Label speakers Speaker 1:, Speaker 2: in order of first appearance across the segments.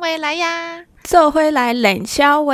Speaker 1: 回来呀！
Speaker 2: 做回来冷笑话，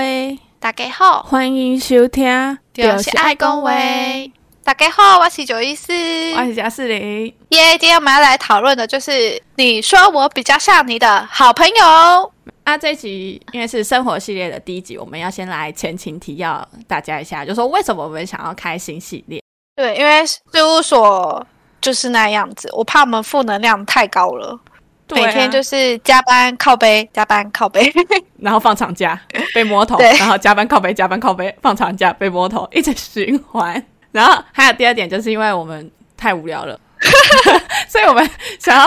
Speaker 1: 大家好，
Speaker 2: 欢迎收听，
Speaker 1: 就是爱恭维。哎大家好，我是九一四。
Speaker 2: 我是贾士林。
Speaker 1: 耶今天我们要来讨论的就是，你说我比较像你的好朋友。
Speaker 2: 啊，这一集因为是生活系列的第一集，我们要先来前情提要大家一下，就说为什么我们想要开新系列。
Speaker 1: 对，因为事务所就是那样子，我怕我们负能量太高了，
Speaker 2: 对啊
Speaker 1: 每天就是加班靠背，加班靠背。
Speaker 2: 然后放长假被摸头，
Speaker 1: 对
Speaker 2: 然后加班靠背加班靠背放长假被摸头，一直循环。然后还有第二点，就是因为我们太无聊了，所以我们想要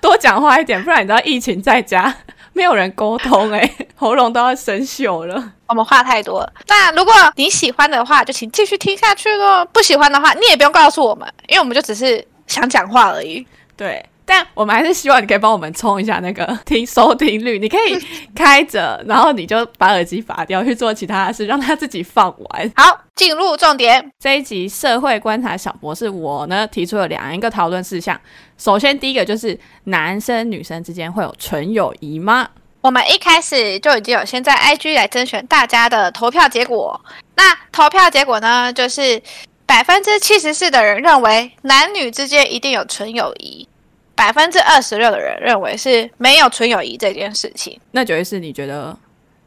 Speaker 2: 多讲话一点，不然你知道疫情在家没有人沟通、欸，喉咙都要生锈了。
Speaker 1: 我们话太多了。那如果你喜欢的话，就请继续听下去咯；不喜欢的话，你也不用告诉我们，因为我们就只是想讲话而已。
Speaker 2: 对，但我们还是希望你可以帮我们冲一下那个 听收听率。你可以开着，然后你就把耳机拔掉去做其他的事，让它自己放完。
Speaker 1: 好，进入重点。
Speaker 2: 这一集社会观察小博士，我呢提出了两一个讨论事项。首先，第一个就是男生女生之间会有纯友谊吗？
Speaker 1: 我们一开始就已经有先在 IG 来甄选大家的投票结果。那投票结果呢，就是百分之七十四的人认为男女之间一定有纯友谊，百分之二十六的人认为是没有纯友谊这件事情。
Speaker 2: 那九一是你觉得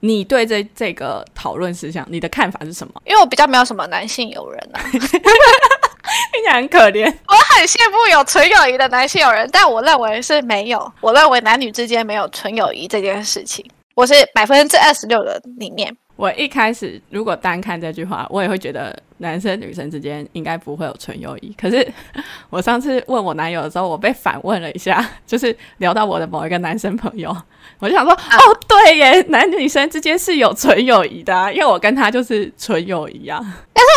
Speaker 2: 你对这这个讨论事项你的看法是什么？
Speaker 1: 因为我比较没有什么男性友人啊，
Speaker 2: 听起来很可怜。
Speaker 1: 我很羡慕有纯友谊的男性友人，但我认为是没有。我认为男女之间没有纯友谊这件事情，我是百分之二十六的里面。
Speaker 2: 我一开始如果单看这句话，我也会觉得男生女生之间应该不会有纯友谊。可是我上次问我男友的时候，我被反问了一下， 就是聊到我的某一个男生朋友，我就想说，哦，对耶，男女生之间是有纯友谊的、啊，因为我跟他就是纯友谊啊。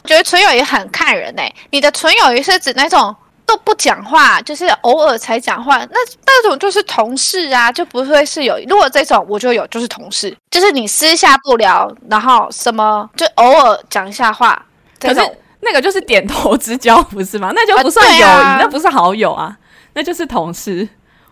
Speaker 1: 我觉得纯友谊很看人诶、你的纯友谊是指那种都不讲话，就是偶尔才讲话，那那种就是同事啊，就不会是有。如果这种我就有，就是同事，就是你私下不聊，然后什么就偶尔讲一下话，
Speaker 2: 可
Speaker 1: 这
Speaker 2: 是
Speaker 1: 种
Speaker 2: 那个就是点头之交，不是吗？ 那就不算友谊，
Speaker 1: 对啊
Speaker 2: 那不是好友啊，那就是同事。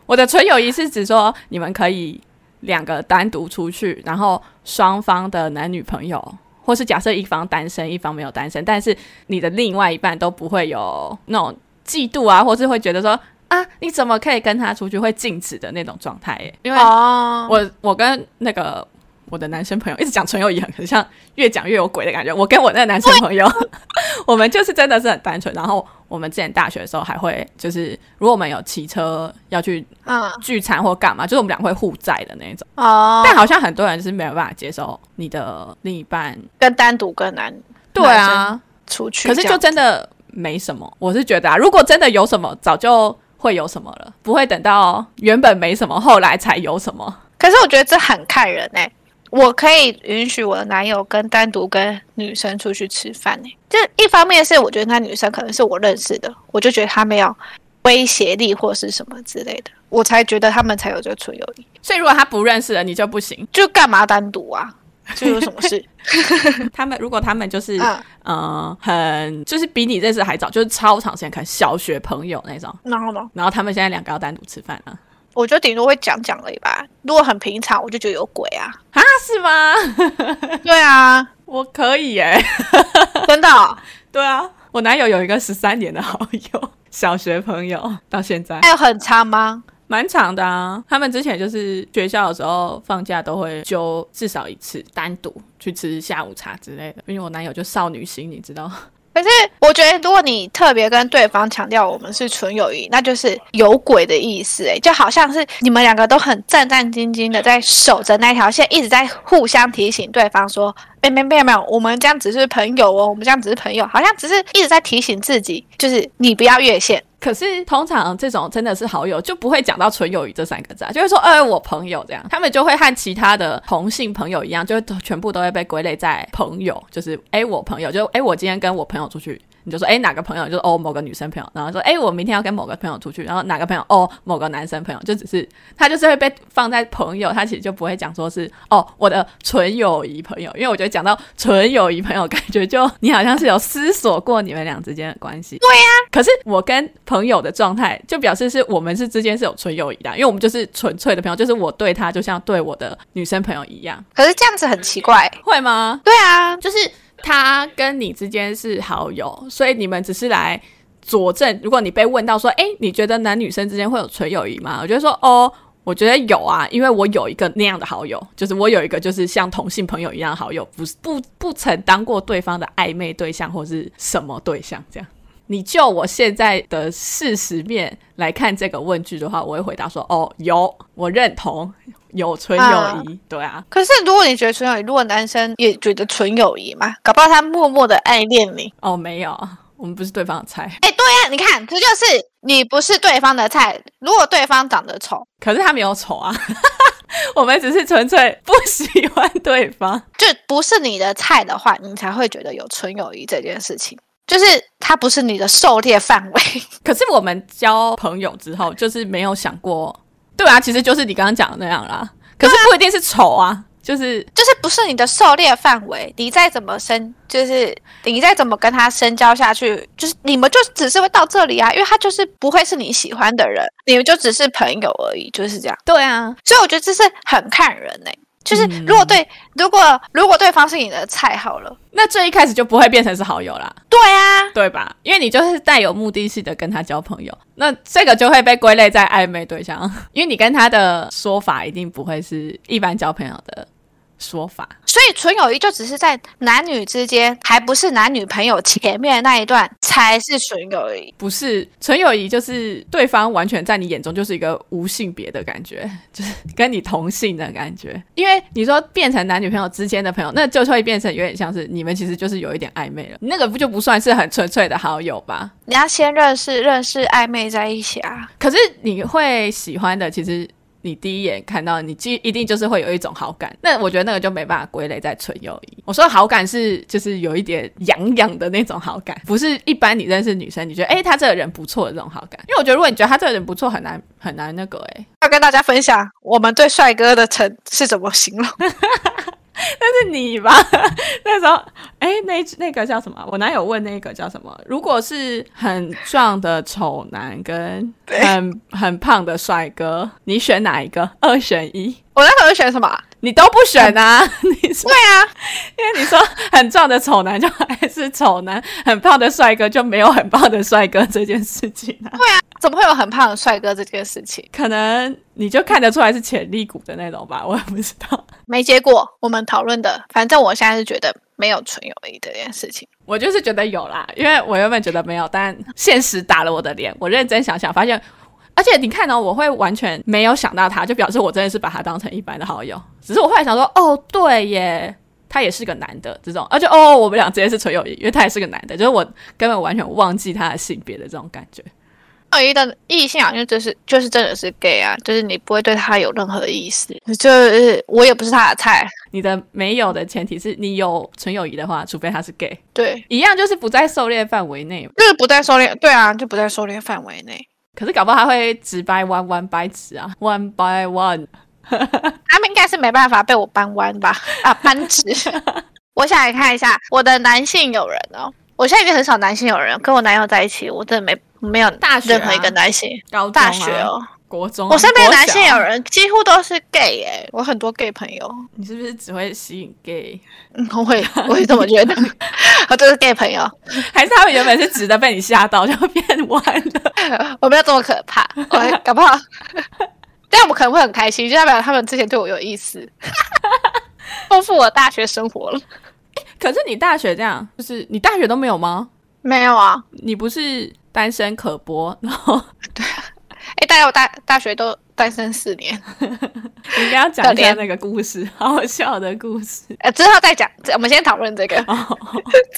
Speaker 2: 我的纯友谊是指说，你们可以两个单独出去，然后双方的男女朋友，或是假设一方单身，一方没有单身，但是你的另外一半都不会有那种嫉妒啊，或是会觉得说啊，你怎么可以跟他出去，会禁止的那种状态、欸。因为
Speaker 1: 哦，
Speaker 2: 我我跟那个我的男生朋友一直讲纯友谊，很像越讲越有鬼的感觉。我跟我那个男生朋友， 我们就是真的是很单纯。然后我们之前大学的时候还会就是，如果我们有骑车要去
Speaker 1: 嗯
Speaker 2: 聚餐或干嘛，就是我们俩会互载的那一种。
Speaker 1: 哦，
Speaker 2: 但好像很多人是没有办法接受你的另一半，
Speaker 1: 跟单独跟男
Speaker 2: 对啊，
Speaker 1: 出去这
Speaker 2: 可
Speaker 1: 样，
Speaker 2: 是就真的没什么。我是觉得啊，如果真的有什么，早就会有什么了，不会等到原本没什么，后来才有什么。
Speaker 1: 可是我觉得这很看人哎、我可以允许我的男友跟单独跟女生出去吃饭哎、这一方面是我觉得那女生可能是我认识的，我就觉得她没有威胁力或是什么之类的，我才觉得他们才有这个纯友谊。
Speaker 2: 所以如果他不认识了，你就不行。
Speaker 1: 就干嘛单独啊？就有什么 事？
Speaker 2: 他们如果他们就是
Speaker 1: 嗯，
Speaker 2: 嗯、呃很就是比你认识还早，就是超长时间，可能小学朋友那种。
Speaker 1: 然后呢？
Speaker 2: 然后他们现在两个要单独吃饭了
Speaker 1: 我就顶多会讲讲而已吧。如果很平常，我就觉得有鬼啊。
Speaker 2: 啊？是吗？
Speaker 1: 对啊，
Speaker 2: 我可以耶、
Speaker 1: 真的哦、
Speaker 2: 对啊，我男友有一个十三年的好友，小学朋友到现在
Speaker 1: 还有很长吗？
Speaker 2: 蛮长的啊。他们之前就是学校的时候放假都会揪至少一次单独去吃下午茶之类的，因为我男友就少女心，你知道。
Speaker 1: 可是我觉得，如果你特别跟对方强调我们是纯友谊，那就是有鬼的意思、欸，就好像是你们两个都很战战兢兢的在守着那条线，一直在互相提醒对方说，哎、没没有没有，我们这样只是朋友哦，我们这样只是朋友，好像只是一直在提醒自己，就是你不要越线。
Speaker 2: 可是通常这种真的是好友，就不会讲到纯友谊这三个字、啊，就会说，呃，我朋友这样，他们就哦会和其他的同性朋友一样，就会都全部都会被归类在朋友，就是，哎，我朋友，就，哎，我今天跟我朋友出去你就说哎哪个朋友，就是哦某个女生朋友，然后说哎我明天要跟某个朋友出去，然后哪个朋友哦某个男生朋友，就只是他就是会被放在朋友，他其实就不会讲说是哦我的纯友哦谊朋友，因为哎我觉得讲到纯友谊朋友，感觉就你好像是有思索过你们俩之间的关系。对呀、可是我跟朋友的状态就表示是我们是之间是有纯友谊的啊，因为我们就是纯粹的朋友，就是我对他就像对我的女生朋友一样，
Speaker 1: 可是这样子很奇怪。
Speaker 2: 会吗？
Speaker 1: 对啊，
Speaker 2: 就是他跟你之间是好友，所以你们只是来佐证。如果你被问到说，哎、你觉得男女生之间会有纯友谊吗？我就会说，哦，我觉得有啊，因为我有一个那样的好友，就是我有一个就是像同性朋友一样的好友，不是不不曾当过对方的暧昧对象或是什么对象这样。你就我现在的事实面来看这个问句的话，我会回答说：哦，有，我认同，有纯友
Speaker 1: 啊
Speaker 2: 谊，对啊，
Speaker 1: 可是如果你觉得纯友谊，如果男生也觉得纯友谊嘛，搞不好他默默的爱恋你。
Speaker 2: 哦，没有，我们不是对方的菜。
Speaker 1: 哎，对呀、你看，这就是你不是对方的菜。如果对方长得丑，
Speaker 2: 可是他没有丑啊， 我们只是纯粹不喜欢对方。
Speaker 1: 就不是你的菜的话，你才会觉得有纯友谊这件事情。就是他不是你的狩猎范围，
Speaker 2: 可是我们交朋友之后，就是没有想过，对啊，其实就是你刚刚讲的那样啦。可是不一定是丑啊，就是
Speaker 1: 就是不是你的狩猎范围。你再怎么深，就是你再怎么跟他深交下去，就是你们就只是会到这里啊，因为他就是不会是你喜欢的人，你们就只是朋友而已，就是这样。
Speaker 2: 对啊，
Speaker 1: 所以我觉得这是很看人呢、就是
Speaker 2: 嗯
Speaker 1: 如果对，如果如果对方是你的菜好了，
Speaker 2: 那最一开始就不会变成是好友啦，
Speaker 1: 对啊，
Speaker 2: 对吧？因为你就是带有目的性的跟他交朋友，那这个就会被归类在暧昧对象，因为你跟他的说法一定不会是一般交朋友的说法。
Speaker 1: 所以纯友谊就只是在男女之间，还不是男女朋友前面那一段才是纯友谊。
Speaker 2: 不是纯友谊，就是对方完全在你眼中就是一个无性别的感觉，就是 跟你同性的感觉。因为你说变成男女朋友之间的朋友，那就会变成有点像是你们其实就是有一点暧昧了，那个不就不算是很纯粹的好友吧？
Speaker 1: 你要先认识认识暧昧在一起啊，
Speaker 2: 可是你会喜欢的，其实你第一眼看到你，既一定就是会有一种好感。那我觉得那个就没办法归类在纯友谊。我说的好感是就是有一点痒痒的那种好感，不是一般你认识女生你觉得哎、诶她这个人不错的这种好感。因为我觉得如果你觉得她这个人不错，很难很难那个哎、诶
Speaker 1: 要跟大家分享我们对帅哥的成是怎么形容。
Speaker 2: 是你吧？那时候，哎、那那个叫什么？我男友问那个叫什么？如果是很壮的丑男跟很很胖的帅哥，你选哪一个？二选一，
Speaker 1: 我那时候选什么？
Speaker 2: 你都不选啊？ 你说，
Speaker 1: 对啊，
Speaker 2: 因为你说很壮的丑男就还是丑男，很胖的帅哥就没有很胖的帅哥这件事情啊。
Speaker 1: 怎么会有很胖的帅哥这件事情？
Speaker 2: 可能你就看得出来是潜力股的那种吧，我也不知道。
Speaker 1: 没结果，我们讨论的，反正我现在是觉得没有纯友谊这件事情。
Speaker 2: 我就是觉得有啦，因为我原本觉得没有，但现实打了我的脸。我认真想想，发现，而且你看哦，我会完全没有想到他，就表示我真的是把他当成一般的好友。只是我后来想说，哦，对耶，他也是个男的这种，而且哦，我们俩之间是纯友谊，因为他也是个男的，就是我根本完全忘记他的性别的这种感觉。
Speaker 1: 友谊的异性好像就是就是真的是 gay 啊，就是你不会对他有任何意思，就是我也不是他的菜，
Speaker 2: 你的没有的前提是你有纯友谊的话，除非他是 gay，
Speaker 1: 对，
Speaker 2: 一样就是不在狩猎范围内。
Speaker 1: 就是不在狩猎，对啊，就不在狩猎范围内。
Speaker 2: 可是搞不好他会直掰弯弯掰直啊，one by one。
Speaker 1: 他们应该是没办法被我扳弯吧？啊，扳直。 我想来看一下我的男性友人哦，我现在已经很少男性友人，跟我男友在一起，我真的没没有
Speaker 2: 大学啊
Speaker 1: 任何一个男性、
Speaker 2: 高中啊
Speaker 1: 大学哦。
Speaker 2: 国中啊，
Speaker 1: 我身边的
Speaker 2: 国
Speaker 1: 男
Speaker 2: 小
Speaker 1: 性友人几乎都是 gay 哎、我很多 gay 朋友，
Speaker 2: 你是不是只会吸引 gay？
Speaker 1: 嗯，我会我会这么觉得， 我都是 gay 朋友，
Speaker 2: 还是他们原本是直的，被你吓到就变弯的？
Speaker 1: 我没有这么可 怕，我还搞不好，但我可能会很开心，就代表他们之前对我有意思， 丰富我大学生活了。
Speaker 2: 可是你大学这样，就是你大学都没有吗？
Speaker 1: 没有啊，
Speaker 2: 你不是单身可播，然后
Speaker 1: 哎、大家我大大学都单身四年，
Speaker 2: 你应该要讲一
Speaker 1: 可
Speaker 2: 下
Speaker 1: 怜
Speaker 2: 那个故事，好好笑的故 事。
Speaker 1: 呃，之后再讲，这我们先讨论这个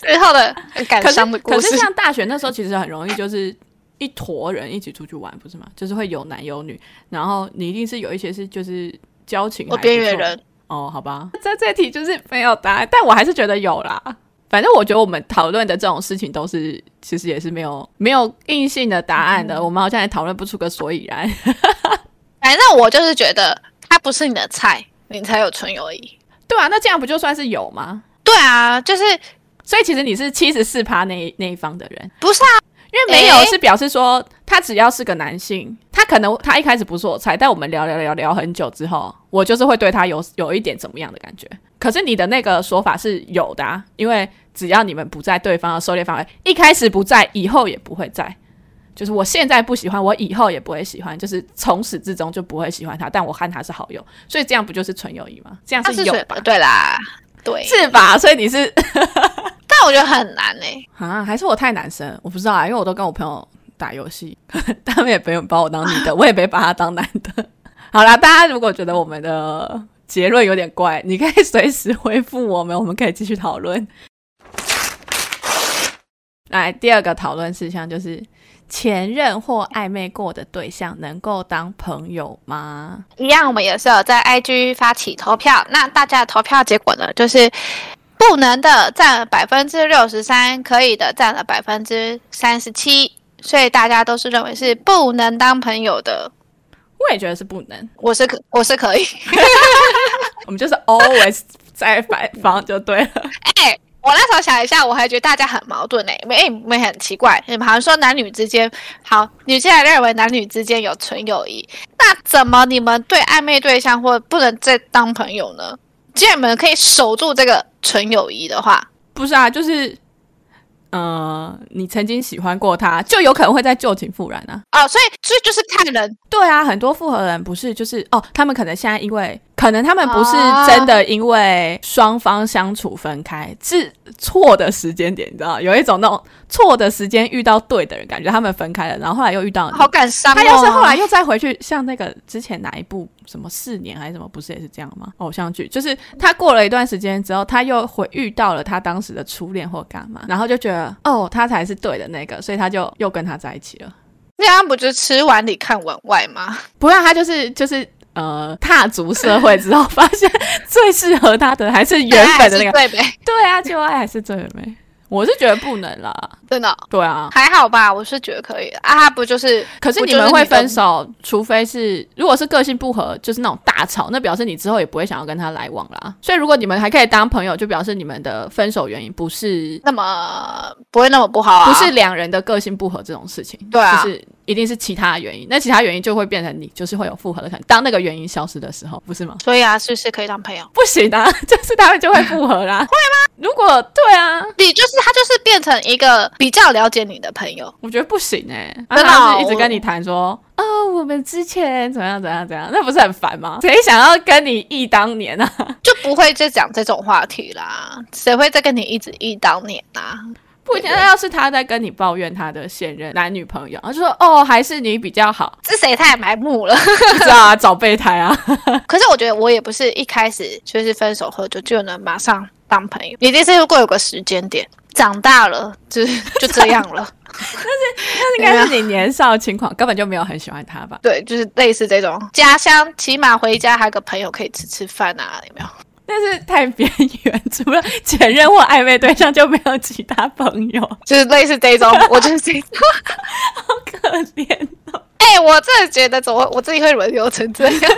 Speaker 1: 之后的感
Speaker 2: 可是
Speaker 1: 伤的故
Speaker 2: 哦可
Speaker 1: 事
Speaker 2: 是。像大学那时候，其实很容易就是。一坨人一起出去玩，不是吗？就是会有男有女，然后你一定是有一些是就是交情还
Speaker 1: 我
Speaker 2: 不
Speaker 1: 边缘
Speaker 2: 错
Speaker 1: 人，
Speaker 2: 哦，好吧，在这题就是没有答案，但我还是觉得有啦。反正我觉得我们讨论的这种事情都是，其实也是没有没有硬性的答案的，我们好像也讨论不出个所以然。
Speaker 1: 反正我就是觉得它不是你的菜，你才有纯友谊。
Speaker 2: 对啊，那这样不就算是有吗？
Speaker 1: 对啊，就是
Speaker 2: 所以其实你是七十四趴那一那一方的人，
Speaker 1: 不是啊？
Speaker 2: 因为没有
Speaker 1: 诶
Speaker 2: 是表示说他只要是个男性，他可能他一开始不是我菜，但我们聊聊聊聊很久之后，我就是会对他有有一点怎么样的感觉。可是你的那个说法是有的、啊，因为只要你们不在对方的狩猎范围，一开始不在，以后也不会在。就是我现在不喜欢，我以后也不会喜欢，就是从始至终就不会喜欢他，但我和他是好友，所以这样不就是纯友谊吗？这样
Speaker 1: 它啊是呃
Speaker 2: 有
Speaker 1: 水
Speaker 2: 吧
Speaker 1: 吧？？对啦，对。
Speaker 2: 是吧？所以你是
Speaker 1: 但我觉得很难欸诶、
Speaker 2: 啊，还是我太男生，我不知道啊，因为我都跟我朋友打游戏， 他们也没有把我当女的， 我也没把他当男的。好啦，大家如果觉得我们的结论有点怪，你可以随时回复我们，我们可以继续讨论。来，第二个讨论事项就是前任或暧昧过的对象能够当朋友吗？
Speaker 1: 一样，我们也是有在 IG 发起投票。那大家的投票结果呢，就是不能的占了百分之六十三，可以的占了百分之三十七，所以大家都是认为是不能当朋友的。
Speaker 2: 我也觉得是不能，
Speaker 1: 我是可我是可以，
Speaker 2: 我们就是 always 在反方就对了。
Speaker 1: 哎、我那时候想一下，我还觉得大家很矛盾呢、没、哎，你们很奇怪，你们好像说男女之间，好，你现在认为男女之间有纯友谊，那怎么你们对暧昧对象或不能再当朋友呢？既然你们可以守住这个纯友谊的话，
Speaker 2: 不是啊，就是，呃，你曾经喜欢过他，就有可能会再旧情复燃啊。
Speaker 1: 哦，所以这就是看人，
Speaker 2: 对啊，很多复合人不是就是哦，他们可能现在因为，可能他们不是真的因为双方相处分开，是错的时间点，你知道，有一种那种错的时间遇到对的人，感觉他们分开了，然后后来又遇到你
Speaker 1: 好感伤、哦。
Speaker 2: 他要是后来又再回去，像那个之前哪一部什么四年还是什么，不是也是这样吗？偶像剧就是他过了一段时间之后，他又回遇到了他当时的初恋或干嘛，然后就觉得哦，他才是对的那个，所以他就又跟他在一起了。
Speaker 1: 那样不就是吃碗里看碗外吗？
Speaker 2: 不然他就是就是呃，踏足社会之后， 发现最适合他的还是原本的那个。
Speaker 1: 哎对呗，
Speaker 2: 对啊，旧爱还是最美。我是觉得不能啦，
Speaker 1: 真的哦、
Speaker 2: 对啊，
Speaker 1: 还好吧，我是觉得可以的啊。他不就是
Speaker 2: 可是
Speaker 1: 不
Speaker 2: 你
Speaker 1: 就
Speaker 2: 们
Speaker 1: 是
Speaker 2: 会
Speaker 1: 你的
Speaker 2: 分手，除非是如果是个性不合，就是那种大吵，那表示你之后也不会想要跟他来往啦。所以如果你们还可以当朋友，就表示你们的分手原因不是、
Speaker 1: 那么不会那么不好啊？
Speaker 2: 不是两人的个性不合这种事情，
Speaker 1: 对啊
Speaker 2: 就是一定是其他原因。那其他原因就会变成你就是会有复合的可能，当那个原因消失的时候，不是吗？
Speaker 1: 所以啊，是不是可以当朋友？
Speaker 2: 不行啊， 就是他们就会复合啦。会吗？如果对啊，
Speaker 1: 你就是他，就是变成一个比较了解你的朋友。
Speaker 2: 我觉得不行哎、欸，
Speaker 1: 真的哦
Speaker 2: 啊他是一直跟你谈说，哦，我们之前怎么样怎么样怎么样，那不是很烦吗？ 谁想要跟你忆当年啊？
Speaker 1: 就不会再讲这种话题啦。谁会再跟你一直忆当年啊？
Speaker 2: 不一定，那要是他在跟你抱怨他的现任男女朋友，他就说哦，还是你比较好，
Speaker 1: 这谁太埋目了？
Speaker 2: 不知道啊，找备胎啊。
Speaker 1: 可是我觉得我也不是一开始就是分手后就就能马上当朋友，一定是如果有个时间点，长大了就 就这样了。
Speaker 2: 那应该是你年少轻狂，根本就没有很喜欢他吧？
Speaker 1: 对，就是类似这种家乡，起码回家还有个朋友可以吃吃饭啊，有没有？
Speaker 2: 但是太边缘，除了前任或暧昧对象就没有其他朋友，好
Speaker 1: 就是类似这种，我就是这种。
Speaker 2: 可怜。
Speaker 1: 哎、我真的觉得怎么我自己会沦落成这样？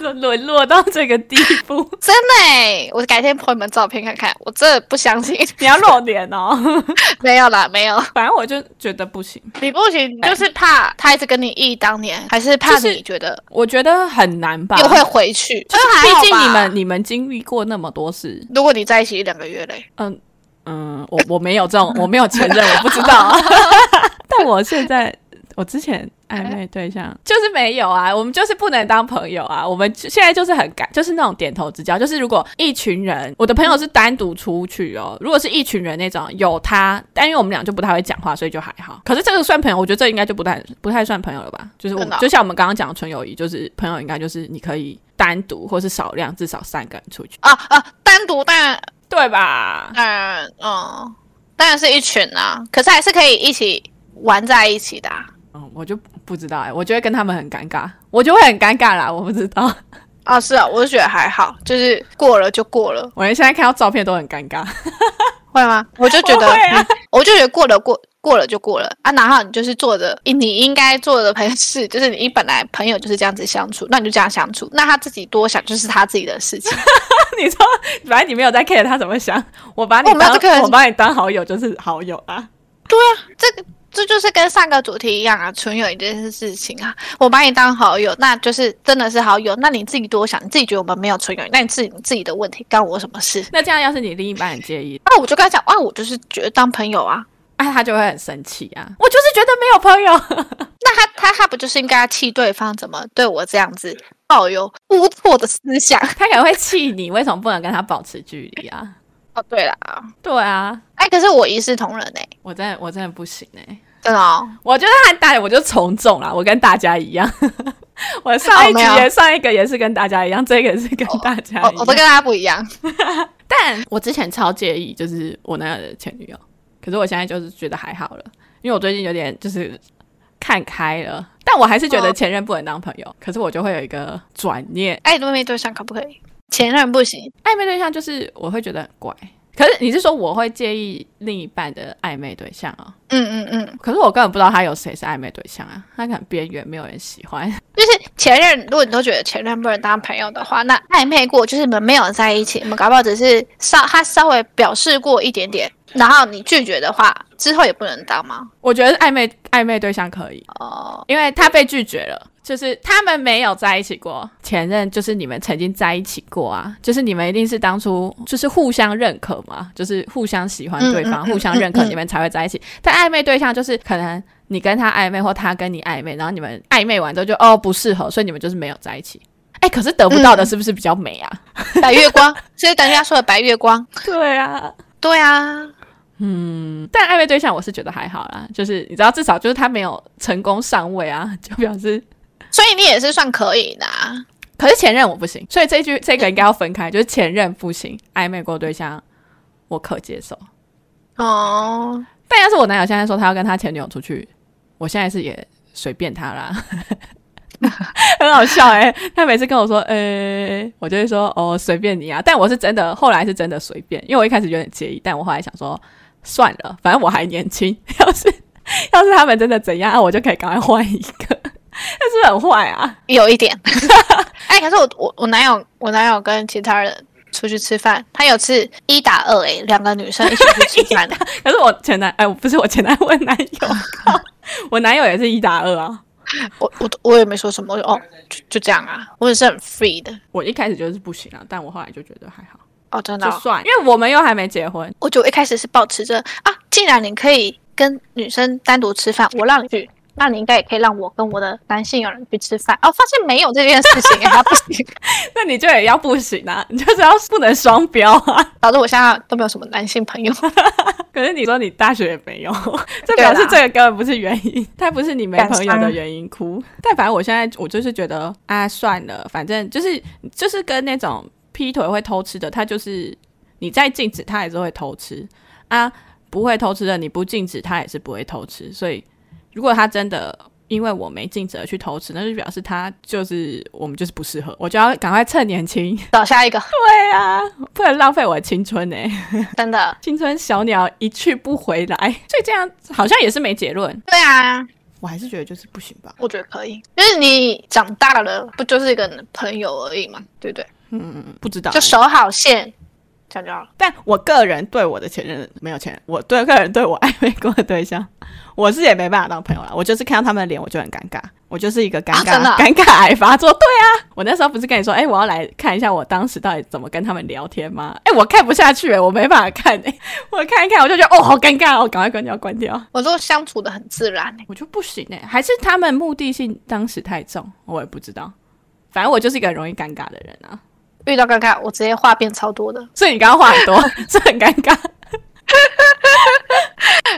Speaker 2: 沦沦落到这个地步，
Speaker 1: 真的哎、我改天 po 你们照片看看，我真的不相 信。
Speaker 2: 你要露脸哦。
Speaker 1: 没有啦，没有。
Speaker 2: 反正我就觉得不行，
Speaker 1: 你不行，就是怕他一直跟你忆当年，还是怕
Speaker 2: 就是
Speaker 1: 你觉得
Speaker 2: 我觉得很难吧。
Speaker 1: 又会回去？
Speaker 2: 就
Speaker 1: 就是还好吧
Speaker 2: 毕竟你们，你们经历过那么多事，
Speaker 1: 如果你在一起一两个月嘞，
Speaker 2: 嗯嗯，我 我没有这种，我没有前任，我不知道、啊。 但我现在，我之前暧昧对象哎就是没有啊，我们就是不能当朋友啊。我们就现在就是很感，就是那种点头之交，就是如果一群人，我的朋友是单独出去哦，如果是一群人那种有他，但因为我们俩就不太会讲话，所以就还好。可是这个算朋友，我觉得这应该就不太不太算朋友了吧？就是我
Speaker 1: 真的哦
Speaker 2: 就像我们刚刚讲的纯友谊，就是朋友应该就是你可以单独或是少量，至少三个人出去，
Speaker 1: 啊啊，单独但
Speaker 2: 对吧？
Speaker 1: 当然，嗯，当然是一群啊，可是还是可以一起玩在一起的啊、
Speaker 2: 欸嗯，我就不知道哎、我就会跟他们很尴尬，我就会很尴尬啦，我不知道。
Speaker 1: 啊，是啊，我就觉得还好，就是过了就过了，
Speaker 2: 我连现在看到照片都很尴 尬。
Speaker 1: 会吗？我就觉得，
Speaker 2: 我会啊
Speaker 1: 嗯我就觉得过了过过了就过了啊。然后你就是做的你应该做的朋友事，就是你本来朋友就是这样子相处，那你就这样相处。那他自己多想就是他自己的事情。
Speaker 2: 你 说，反正你没有在 care 他怎么想， 我把你
Speaker 1: 我没有
Speaker 2: 当
Speaker 1: 在 care
Speaker 2: 我把你当好友就是好友啊。
Speaker 1: 这个这就是跟上个主题一样啊，纯友谊这件事情啊，我把你当好友，那就是真的是好友。那你自己多想，你自己觉得我们没有纯友谊，那你自己你自己的问题，干我什么事？
Speaker 2: 那这样要是你另一半很介意，
Speaker 1: 那我就跟他讲，啊，我就是觉得当朋友啊。
Speaker 2: 啊，他就会很生气啊。我就是觉得没有朋友，
Speaker 1: 那他他他不就是应该要气对方怎么对我这样子，抱有龌龊的思想？
Speaker 2: 他可能会气你，为什么不能跟他保持距离啊？
Speaker 1: 哦，对啦，
Speaker 2: 对啊，
Speaker 1: 哎，可是我一视同仁哎、
Speaker 2: 我真的我真的不行哎、
Speaker 1: 真的哦。
Speaker 2: 我觉得他大，我就从众啦，我跟大家一样。 我上一
Speaker 1: 哦没
Speaker 2: 集
Speaker 1: 有
Speaker 2: 也上一个也是跟大家一样，这个也是跟大家
Speaker 1: 我
Speaker 2: 一样。
Speaker 1: 哦我都跟他不一样，
Speaker 2: 但我之前超介意，就是我那个前女友，可是我现在就是觉得还好了，因为我最近有点就是看开了。但我还是觉得
Speaker 1: 哦
Speaker 2: 前任不能当朋友，可是我就会有一个转念，
Speaker 1: 暧昧对象可不可以？前任不行，
Speaker 2: 暧昧对象就是我会觉得很怪。可是你是说我会介意另一半的暧昧对象啊、
Speaker 1: 嗯嗯嗯，
Speaker 2: 可是我根本不知道他有谁是暧昧对象啊，他可能边缘，没有人喜欢。
Speaker 1: 就是前任，如果你都觉得前任不能当朋友的话，那暧昧过就是你们没有在一起，你们搞不好只是稍他稍微表示过一点点，然后你拒绝的话，之后也不能当吗？
Speaker 2: 我觉得暧昧暧昧对象可以，
Speaker 1: 哦，
Speaker 2: 因为他被拒绝了，就是他们没有在一起过。前任就是你们曾经在一起过啊，就是你们一定是当初就是互相认可嘛，就是互相喜欢对方，
Speaker 1: 嗯嗯嗯
Speaker 2: 互相认可，
Speaker 1: 嗯嗯
Speaker 2: 你们才会在一起。但暧昧对象就是可能你跟他暧昧，或他跟你暧昧，然后你们暧昧完之后就哦不适合，所以你们就是没有在一起。哎，可是得不
Speaker 1: 嗯
Speaker 2: 到的是不是比较美啊？
Speaker 1: 白月光，所以等一下说的白月光，
Speaker 2: 对啊，
Speaker 1: 对啊，
Speaker 2: 嗯，但暧昧对象我是觉得还好啦，就是你知道，至少就是他没有成功上位啊，就表示
Speaker 1: 所以你也是算可以的、啊。
Speaker 2: 可是前任我不行，所以这一句这个应该要分开，就是前任不行，暧昧过对象我可接受。
Speaker 1: 哦，
Speaker 2: 但要是我男友现在说他要跟他前女友出去，我现在是也随便他啦， 很好笑哎、他每次跟我说，呃、我就会说哦随便你啊，但我是真的，后来是真的随便，因为我一开始有点介意，但我后来想说算了，反正我还年轻， 要是要是他们真的怎样，啊、我就可以赶快换一个， 但是不是很坏啊。
Speaker 1: 有一点。哎、可是我我我男友我男友跟其他人出去吃饭，他有次一打二哎、两个女生一起去吃饭，
Speaker 2: 可是我前男哎，我不是我前男友，我男友，靠我男友也是一打二 啊。
Speaker 1: 我我我也没说什么，我就哦就就这样啊，我也是很 free 的
Speaker 2: 我一开始就是不行啊，但我后来就觉得还好，
Speaker 1: 哦，真的
Speaker 2: 就
Speaker 1: 哦、
Speaker 2: 算，因为我们又还没结婚。
Speaker 1: 我就一开始是保持着啊，既然你可以跟女生单独吃饭，我让你去。那你应该也可以让我跟我的男性友人去吃饭哦。发现没有这件事情，欸还不行，
Speaker 2: 那你就也要不行啊，你就是要不能双标啊。
Speaker 1: 导致我现在都没有什么男性朋友。
Speaker 2: 可是你说你大学也没有， 这
Speaker 1: 对啦
Speaker 2: 表示这个根本不是原因，它不是你没朋友
Speaker 1: 感
Speaker 2: 的
Speaker 1: 伤
Speaker 2: 原因 哭。但反正我现在我就是觉得啊，算了，反正就是就是跟那种劈腿会偷吃的，他就是你再禁止他也是会偷吃啊，不会偷吃的你不禁止他也是不会偷吃。所以如果他真的因为我没禁止而去偷吃，那就表示他就是我们就是不适合，我就要赶快趁年轻。
Speaker 1: 找下一个，
Speaker 2: 对啊，不能浪费我的青春呢、
Speaker 1: 真的。
Speaker 2: 青春小鸟一去不回来， 所以这样好像也是没结论。
Speaker 1: 对啊，
Speaker 2: 我还是觉得就是不行吧。
Speaker 1: 我觉得可以，就是你长大了，不就是一个朋友而已嘛，对不对？啊
Speaker 2: 嗯，不知道欸、
Speaker 1: 就守好线，这样就好了。
Speaker 2: 但我个人对我的前任没有前任，我对个人对我暧昧过的对象， 我是也没办法当朋友啦。我就是看到他们的脸，我就很尴尬，我就是一个尴
Speaker 1: 啊
Speaker 2: 尬、
Speaker 1: 真的啊
Speaker 2: 尴尬癌发作。对啊，我那时候不是跟你说，哎、我要来看一下我当时到底怎么跟他们聊天吗？哎、我看不下去、欸，我没办法看、欸，我看一看我就觉得哦，好尴尬哦，赶快关掉，关掉。
Speaker 1: 我说相处的很自然、欸，
Speaker 2: 我就不行哎、还是他们目的性当时太重，我也不知道。反正我就是一个很容易尴尬的人啊，
Speaker 1: 遇到尴尬我直接话变超多的，
Speaker 2: 所以你刚刚话 很多，是很尴尬，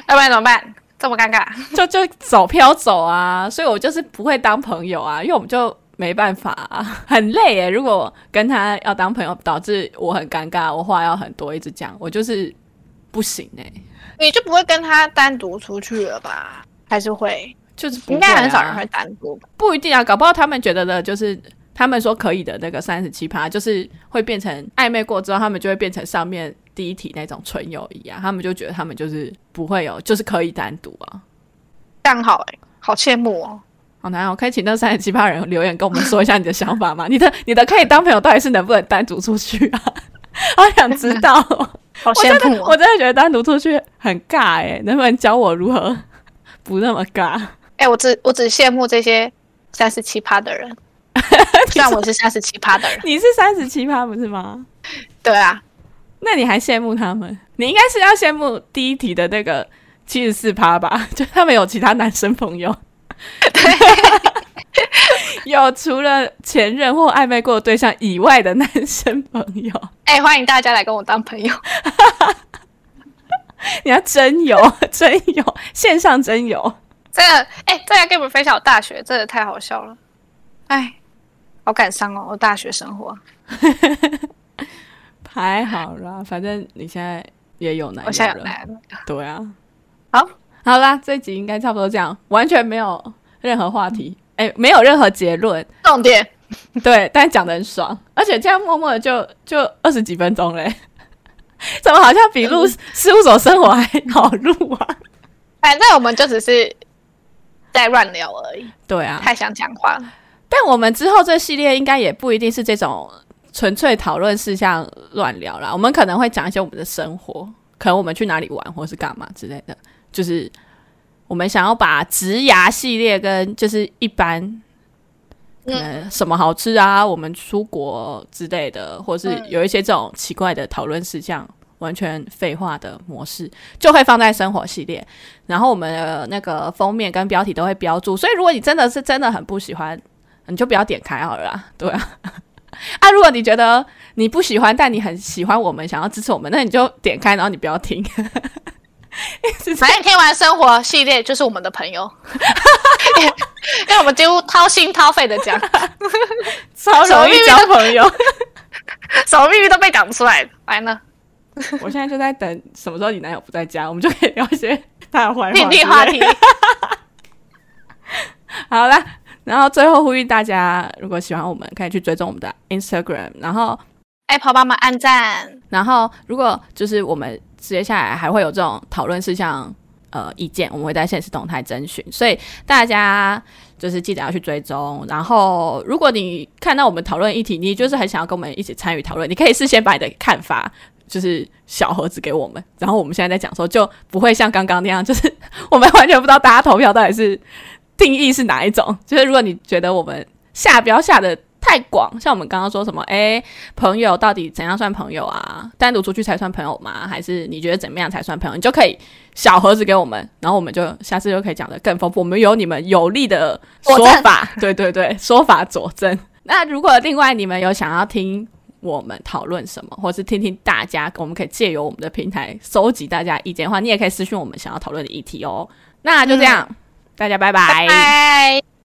Speaker 1: 要不然怎么办？这么尴尬，
Speaker 2: 就就走飘走啊。所以我就是不会当朋友啊，因为我们就没办法、啊，很累哎、如果跟他要当朋友，导致我很尴尬，我话要很多，一直讲，我就是不行哎、
Speaker 1: 你就不会跟他单独出去了吧？还是会？
Speaker 2: 就是不
Speaker 1: 应
Speaker 2: 会啊
Speaker 1: 该很少人会单独吧？
Speaker 2: 不一定啊，搞不好他们觉得的就是他们说可以的那个三十七趴，就是会变成暧昧过之后，他们就会变成上面第一题那种纯友谊啊，他们就觉得他们就是不会有，就是可以单独啊。
Speaker 1: 这样好哎、好羡慕哦。
Speaker 2: 好难哦，可以请那三十七趴人留言跟我们说一下你的想法 吗？你的你的可以当朋友到底是能不能单独出去啊？ 好想知道哦、
Speaker 1: 好
Speaker 2: 我
Speaker 1: 羡
Speaker 2: 真
Speaker 1: 慕
Speaker 2: 的
Speaker 1: 哦！
Speaker 2: 我真的觉得单独出去很尬哎、能不能教我如何不那么尬？
Speaker 1: 哎、我只我只羡慕这些三十七趴的 人，虽然我是三十七趴的人。
Speaker 2: 你是三十七趴不是吗？
Speaker 1: 对啊，
Speaker 2: 那你还羡慕他们？你应该是要羡慕第一题的那个七十四趴吧？ 就他们有其他男生 朋友，有除了前任或暧昧过的对象以外的男生朋友，
Speaker 1: 哎、欢迎大家来跟我当朋友。
Speaker 2: 你要真有 真有线上真有，
Speaker 1: 这个，哎、这个跟你们分享我大学，真的太好笑了。哎，好感伤哦，我大学生活。
Speaker 2: 还好啦，反正你现在也有男
Speaker 1: 我
Speaker 2: 友
Speaker 1: 现在有
Speaker 2: 了，
Speaker 1: 来了。
Speaker 2: 对啊。
Speaker 1: 好，
Speaker 2: 好啦，这集应该差不多这样，完全没有任何话题，哎、没有任何结论，
Speaker 1: 重点，
Speaker 2: 对，但讲的很爽，而且这样默默的就就二十几分钟嘞， 怎么好像比录事务所生活还好录啊？
Speaker 1: 反正我们就只是在乱聊而已，
Speaker 2: 对啊，
Speaker 1: 太想讲话了。
Speaker 2: 但我们之后这系列应该也不一定是这种纯粹讨论事项乱聊啦，我们可能会讲一些我们的生活，可能我们去哪里玩或是干嘛之类的，就是我们想要把植牙系列跟就是一般。可能什么好吃啊？我们出国之类的，或是有一些这种奇怪的讨论事项，完全废话的模式，就会放在生活系列。然后我们的那个封面跟标题都会标注，所以如果你真的是真的很不喜欢你就不要点开好了啦。对啊， 啊，如果你觉得你不喜欢，但你很喜欢我们，想要支持我们，那你就点开，然后你不要 听。
Speaker 1: 反正天完生活系列就是我们的朋 友，因为我们几乎掏心掏肺的讲，
Speaker 2: 超容易交朋友。
Speaker 1: 什么秘密都被讲出来，完了，
Speaker 2: 我现在就在等什么时候你男友不在家，我们就可以聊一些他的坏话之类
Speaker 1: 另
Speaker 2: 的。
Speaker 1: 辟话题。
Speaker 2: 好啦，然后最后呼吁大家，如果喜欢我们，可以去追踪我们的 Instagram，然后
Speaker 1: ，Apple 帮忙按赞，
Speaker 2: 然后，如果就是我们接下来还会有这种讨论事项，呃，意见，我们会在现实动态征询，所以大家就是记得要去追踪。然后，如果你看到我们讨论议题，你就是很想要跟我们一起参与讨论，你可以事先把你的看法。就是小盒子给我们，然后我们现在在讲的时候就不会像刚刚那样，就是我们完全不知道大家投票到底是定义是哪一种。就是如果你觉得我们下标下的太广，像我们刚刚说什么，哎、朋友到底怎样算朋友啊？单独出去才算朋友吗？还是你觉得怎么样才算朋友？你就可以小盒子给我们，然后我们就下次就可以讲的更丰富。我们有你们有力的说法，对对对，说法佐证。那如果另外你们有想要听我们讨论什么，或是听听大家，我们可以借由我们的平台收集大家意嗯见的话，你也可以私讯我们想要讨论的议题哦。那就这样，大家拜
Speaker 1: 拜拜。